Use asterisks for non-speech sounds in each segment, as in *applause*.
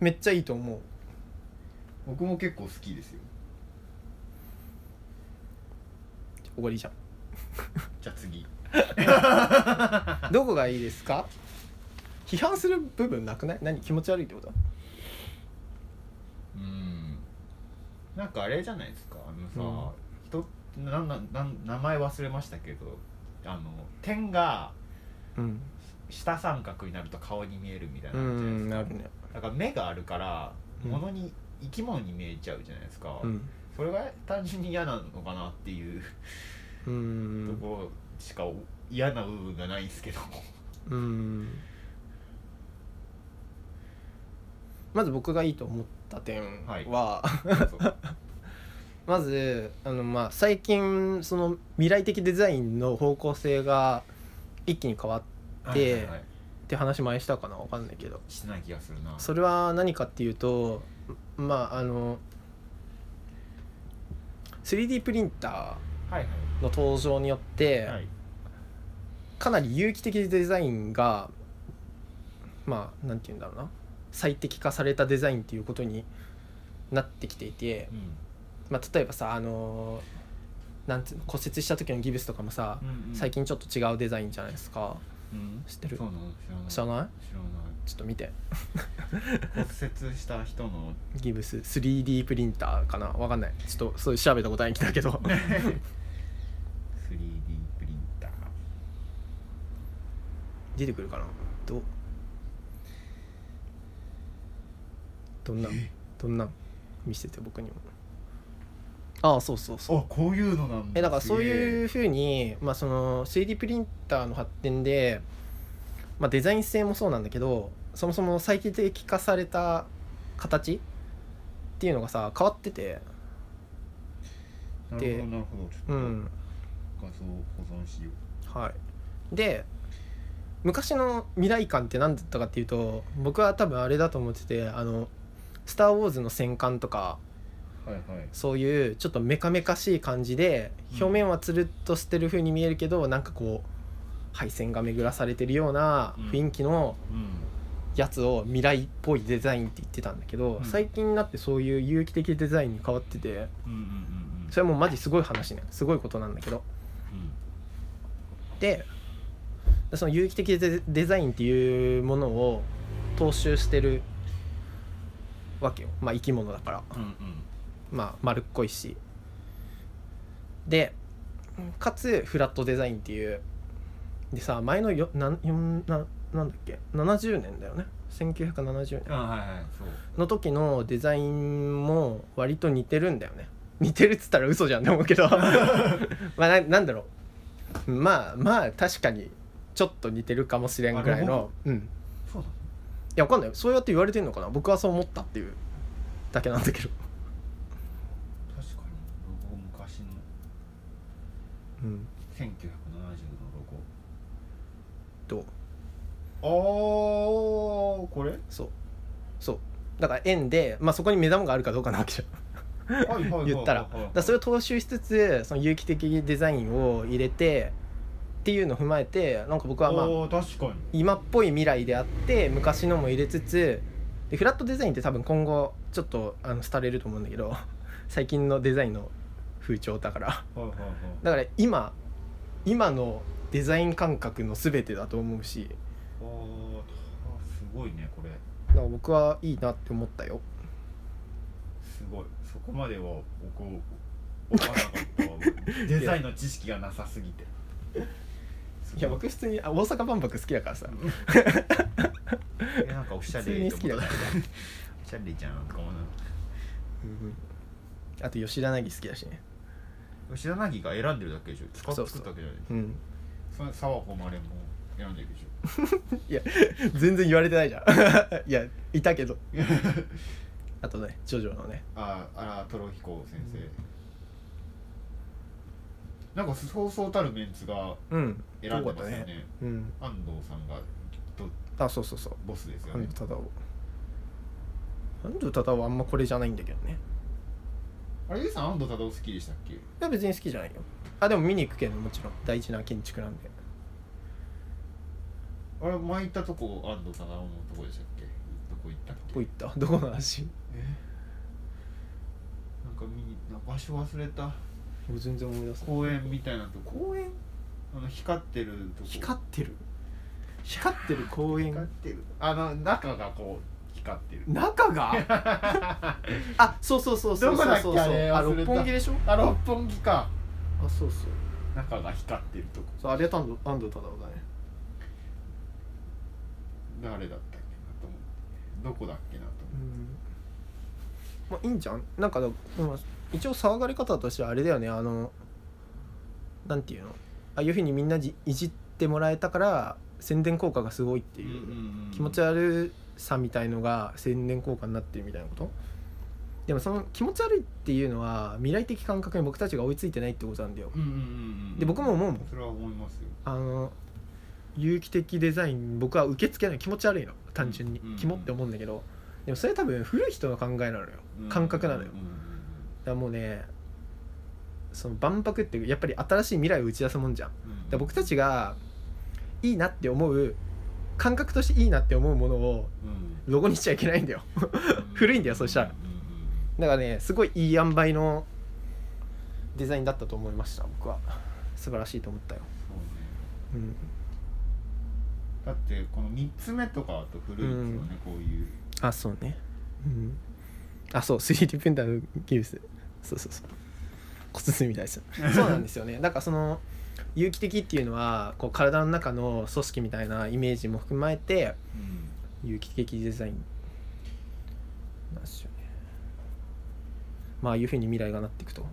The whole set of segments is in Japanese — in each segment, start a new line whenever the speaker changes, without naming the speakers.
めっちゃいいと思う
僕も結構好きですよ
終わりじゃ *laughs*
じゃあ次
んどこがいいですか批判する部分なくない何気持ち悪いってこと
うんなんかあれじゃないですかあ
うん
のさ、人なんなんなん名前忘れましたけどあの点が
うん
下三角になると顔に見えるみたいうなのある
ん
じゃないです
なる
か
ね
だから目があるから
うん
物に、生き物に見えちゃうじゃないですか、
うん
それが単純に嫌なのかなっていう
う
と
ん
ころしかお嫌な部分がないんですけ *laughs* ど
うんまず僕がいいと思った点
はい
は、
そう
*laughs* まずあの、まあ、最近その未来的デザインの方向性が一気に変わっ
はい
で
はいはい
て話前したかな分かんないけど
してない気がするな
それは何かっていうとまああの 3D プリンタ
はい
ーの登場によって、
はいはい
かなり有機的デザインがまあなんて言うんだろうな最適化されたデザインっていうことになってきていて、
う
まあ、例えばさあのなんていうの骨折した時のギブスとかもさ、
んうんうん
最近ちょっと違うデザインじゃないですか
うん
知ってる
そうなの
知
知ら
ら
ない
ない
知らない
ちょっと見て
骨折した人
*laughs*
の
ギブス 3D プリンターかなわかんないちょっとそういう調べたことないんだけど
3D プリンター
出てくるかなどどんなんどんなん見せてて僕にもああそうそうそう
あこういうのなんだ
えだからそう
う
いうふうに、まあ、その 3D プリンターの発展で、まあ、デザイン性もそうなんだけどそもそも最適化された形っていうのがさ変わってて
な
で
るほどなるほどちょっと
う
画
ん
像を保存しよ
はいで昔の未来感って何だったかっていうと僕は多分あれだと思っててあの「スター・ウォーズ」の戦艦とか
うはいはい
そういうちょっとメカメカしい感じで
うん
表面はつるっとしてる風に見えるけど、なんかこう配線が巡らされてるような
うん
雰囲気の
うん
やつを未来っぽいデザインって言ってたんだけど、
うん
最近になってそういう有機的デザインに変わってて
うんうんうんうん
それはもうマジすごい話ねすごいことなんだけど
うん
でその有機的デデザインっていうものを踏襲してるわけよまあ生き物だから。
うんうん
まあ、丸っこいしでかつフラットデザインっていうでさ前のよなんよんななんだっけ70年だよね1970年
あはいはいそう
の時のデザインも割と似てるんだよね似てるっつったら嘘じゃんって思うけ *laughs* どまあななんだろうまあまあ確かにちょっと似てるかもしれんぐらい
あ
のうんい
そうなの
やわかんないそうやって言われてんのかな僕はそう思ったっていうだけなんだけど
確かにロゴ昔の
うん
1970の
どう
ロゴああこれ
そうそうだから円で、まあ、そこに目玉があるかどうかなわけじゃん
はいはいはいはいは
*laughs*
い
言ったらだからそれを踏襲しつつその有機的デザインを入れてっていうのを踏まえてなんか僕はまあ
おー確かに
今っぽい未来であって昔のも入れつつでフラットデザインって多分今後ちょっとあの廃れると思うんだけど *laughs* 最近のデザインの風潮だから
はいはいはい
だから今今のデザイン感覚の全てだと思うし
あーすごいねこれ
だから僕はいいなって思ったよ
すごいそこまでは僕分からなかったわデザインの知識がなさすぎてすご
いや僕普通にあ大阪万博好きだからさ
えなんかおしゃれ
普通に好きだ
と
か
思
ら
ったおしゃれじゃんとか思う
あと吉田凪好きだしね
な吉田凪が選んでるだけでしょ企
そう
画
そう
作ったわけじゃないでし
うん
ょそれ沢誉れも選んでるでし
全然言われてないじゃん *laughs* いやいたけど
ょ
あとねジョジョのね
あーあらトロヒコ先生、なんかそうそうたるメンツが
うん
選んでますよね
うん
安藤さんがど
あそうそうそう
ボスですよ
安
ね
藤忠雄安藤忠雄はあんまこれじゃないんだけどね
あれゆうさん安藤忠雄好きでしたっけ
いや別に好きじゃないよあでも見に行くけどもちろん大事な建築なんで
あれ前行ったとこ安藤忠雄のとこでしたっけどここ行ったっけ
どこ行ったどこの話
えなんか見にな場所忘れた
もう全然思い出す
公園みたいなとこ
公園
あの光ってるとこ
光ってる光ってる公
光っ
園
てるあの中がこう光ってる
中が *laughs* あそうそうそうそう
どこ
そう
だっけ
そうそう
あれ
あ
忘れ
六
た
本木でしょ
あ六本木か
あそうそう
中が光ってるとこ
そうあれは安藤安藤忠雄だね
誰だったっけなと思ってどこだっけなと
う
思って
んまあいいんじゃんなんかだまあ一応騒がれ方としてはあれだよねあのなんていうのああいうふうにみんなじいじってもらえたから宣伝効果がすごいっていう、気持ち
悪
悪さみたいのが宣伝効果になってるみたいなことでもその気持ち悪いっていうのは未来的感覚に僕たちが追いついてないってことなんだよ
うんうんうんうん
で僕も思うもん
それは思いますよ
あの有機的デザイン僕は受け付けない気持ち悪いの単純に
うんうんうん
キモって思うんだけどでもそれ多分古い人の考えなのよ感覚なのよ
うんうんうん
だからもうねその万博ってやっぱり新しい未来を打ち出すもんじゃんだか
うん
ら僕たちがいいなって思う感覚としていいなって思うものを
うんうん
ロゴにしちゃいけないんだよ *laughs*
う
古いんだよそしたら
うん
だからねすごいいい塩梅のデザインだったと思いました僕は素晴らしいと思ったよ、
そうね
うん、
だってこの3つ目とかだと古いですよね、こういう
あそうねうんあそう 3D プリンターの技術そうそうそう骨髄みたいですよそうなんですよねだからその有機的っていうのはこう体の中の組織みたいなイメージも含まれて有機的デザインなんですよねまあああいうふうに未来がなっていくと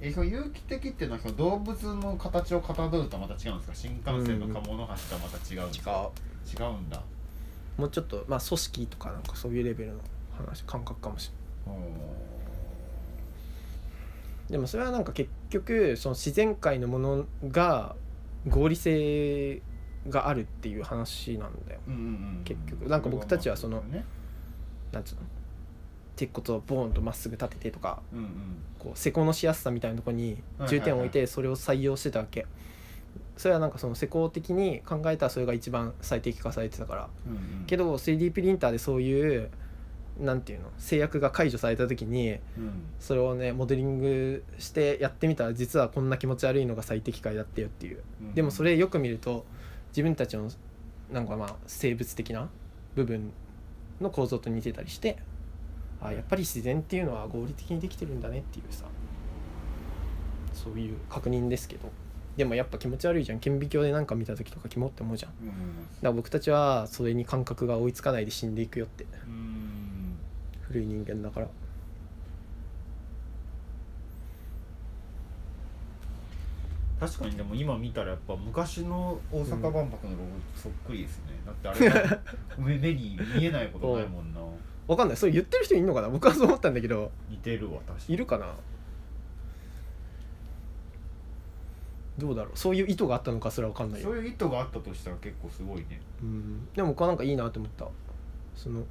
えその有機的っていうのはその動物の形をかたどるとまた違うんですか新幹線の鴨の橋とはまた違うんですか、違うんだ
もうちょっとまあ組織とかなんかそういうレベルの話感覚かもしれない
おー
でもそれはなんか結局その自然界のものが合理性があるっていう話なんだよ
うんうんうん
結局なんか僕たちはその
ね
なんつうの鉄骨をボーンとまっすぐ立ててとか
うんうん
こう施工のしやすさみたいなとこに重点を置い
は
てそれを採用してたわけ、それはなんかその施工的に考えたらそれが一番最適化されてたから
うんうん
けど 3D プリンターでそういうなんていうの制約が解除された時に
うん
それをねモデリングしてやってみたら実はこんな気持ち悪いのが最適解だったよっていう
うん
でもそれよく見ると自分たちのなんかまあ生物的な部分の構造と似てたりしてあやっぱり自然っていうのは合理的にできてるんだねっていうさそういう確認ですけどでもやっぱ気持ち悪いじゃん顕微鏡でなんか見た時とかキモって思うじゃんだか
うんうん
ら僕たちはそれに感覚が追いつかないで死んでいくよって
うん
古い人間だから
確かにでも今見たらやっぱ昔の大阪万博のロゴそっくり
*laughs*
ですね、だってあれは目目に見えないことないもんな
わかんないそれ言ってる人いんのかな僕はそう思ったんだけど
似てるわ確か
いるかなどうだろうそういう意図があったのかすらわかんない
そ
よ、
ういう意図があったとしたら結構すごいね
うん、でも僕はなんかいいなと思ったその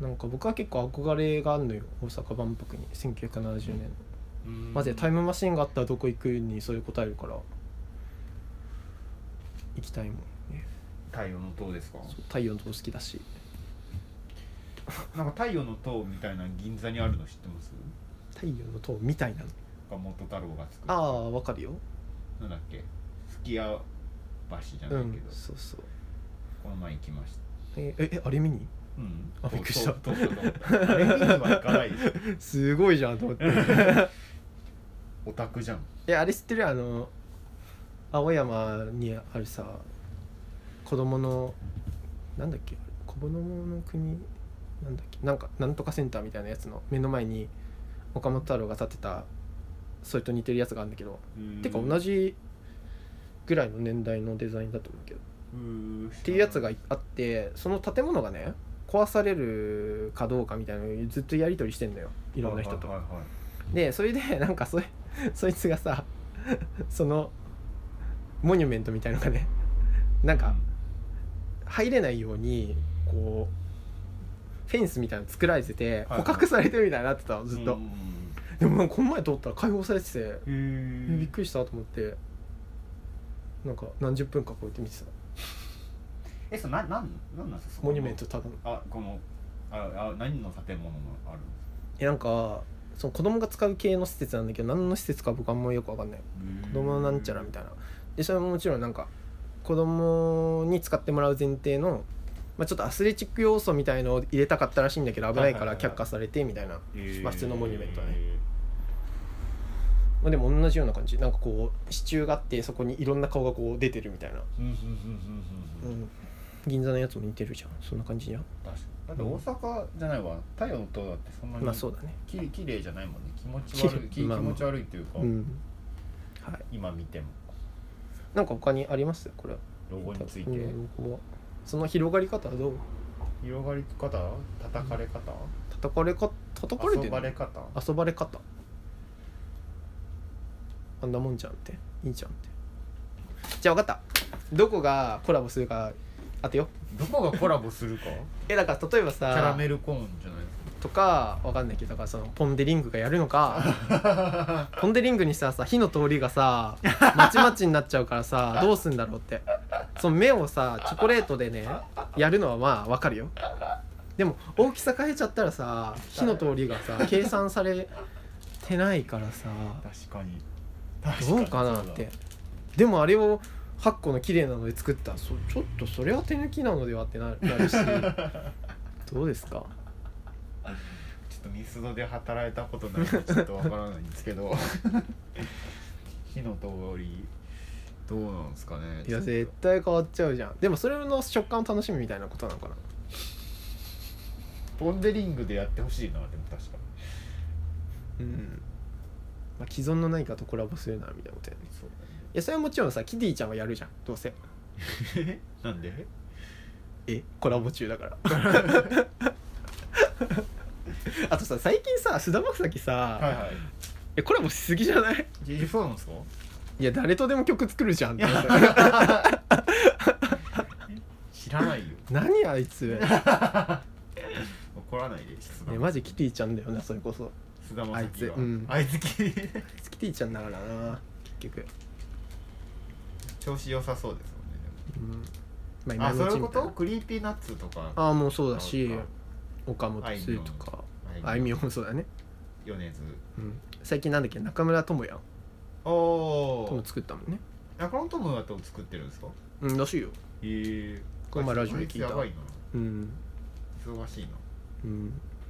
なんか僕は結構憧れがあるのよ大阪万博に1970年マジでタイムマシンがあったらどこ行くにそれ答えるから行きたいもんね
太陽の塔ですか
そう太陽の塔好きだし
なんか太陽の塔みたいな銀座にあるの知ってます
太陽の塔みたいなの
岡本太郎が作った
ああわかるよ
なんだっけすき家橋じゃ
う
ないけ
ん
ど、
そうそう
この前行きました
えええあれ見に *laughs*
うん
あびっくりした
塔塔塔塔あれ見には行かないですよ
すごいじゃんと思って
オタクじゃん
えあれ知ってるあの青山にあるさ子供のなんだっけ子供の国なんだっけなんかなんとかセンターみたいなやつの目の前に岡本太郎が建てたそれと似てるやつがあるんだけど、 *laughs* てか同
じ
じぐらいの年代のデザインだと思うけどっ
って
いうやつがあってその建物がね壊されるかどうかみたいなのをずっとやり取りしてんのよいろんな人と
はい。はいはい
で *laughs* それでなんかそれそいつがさ *laughs* そのモニュメントみたいのがね *laughs* なんか入れないようにこうフェンスみたいなの作られてて
はいはい
捕獲されてるみたいになってたのずっと、
うん
でもなんかこの前通ったら解放されてて
へー
びっくりしたと思ってなんか何十分かこうやって見てた
えそれななんなんなんですか
モニュメントただの
あこのああ何の建物のある
えなんかその子供が使う系の施設なんだけど何の施設か僕あんまよくわかんない子供のなんちゃらみたいなでそれももちろんなんか子供に使ってもらう前提の、まあ、ちょっとアスレチック要素みたいのを入れたかったらしいんだけど危ないから却下されてみたいな、
たい
まあ普通のモニュメントだねまあ、でも同じような感じなんかこう支柱があってそこにいろんな顔がこう出てるみたいな、
うんうんうん
う
うんうんうん
ん、銀座のやつも似てるじゃんそんな感じじゃん
確かにだって大阪じゃないわ太陽の塔だってそんなに
まあそうだね
き綺麗じゃないもんね気持
*laughs*
ち悪いき気
まあまあ
持ち悪いっていうか、
うんはい
今見ても
なんか他にありますこれ
ロゴについて、
うんロゴはその広がり方はどう
広がり方叩かれ方
叩かれか叩かれて
遊
る
ば
の
れ方
遊ばれ方あんなもんじゃんっていいじゃんってじゃあ分かったどこがコラボするか当てよう
どこがコラボ
*laughs*
するか
えだから例えば
キャラ
さ
メルコーンじゃない
とかわかんないけどだからそのポン・デ・リングがやるのか
*laughs*
ポン・デ・リングにしたらさ火の通りがさまちまちになっちゃうからさどうすんだろうってその目をさチョコレートでねやるのはまあわかるよでも大きさ変えちゃったらさ火の通りがさ計算されてないからさ
確かに
どうかなってでもあれを8個の綺麗なので作ったそちょっとそれは手抜きなのではってなな *laughs* るしどうですか
ちょっとミスドで働いたことないのでちょっとわからないんですけ
*laughs*
ど火の通りどうなんですかね
いや
ちょっ
絶対変わっちゃうじゃんでもそれの食感を楽しむみたいなことなのかな
とポン・デ・リングでやってほしいなでも確かに
うん、まあ、既存の何かとコラボするなみたいなことやね
そう
いやそれはもちろんさキティちゃんはやるじゃんどうせ
だねなんで
えコラボ中だから *laughs* あとさ最近さ菅田将暉さ、
はいは
えコラボしすぎじゃない
いえそうなんですか
いや誰とでも曲作るじゃんって思った
知らないよ
*laughs* 何あいつ、
怒らないで須
ね、マジキティちゃんだよなそれこそ
菅田将暉は
あいつうん
あいつき
キティちゃんだからな結局、
*laughs* 調子良さそうですもんねで
う
も
んまあ
あそう
ち
いう
み
こ
たい
と
な
クリーピーナッツとか
ああもうそうだし
そうか
岡本水とかあ
あ
い
い
み
み
ょ
ょ
んもそうだね、
米津
うん、最近なんだっけ中村智也
お
とも
お
作ったもんね
中野友だと作ってるんですか
うんらしいよ
ええ
この前ラジオで聞いた
やばいな
うん
忙しいな
うん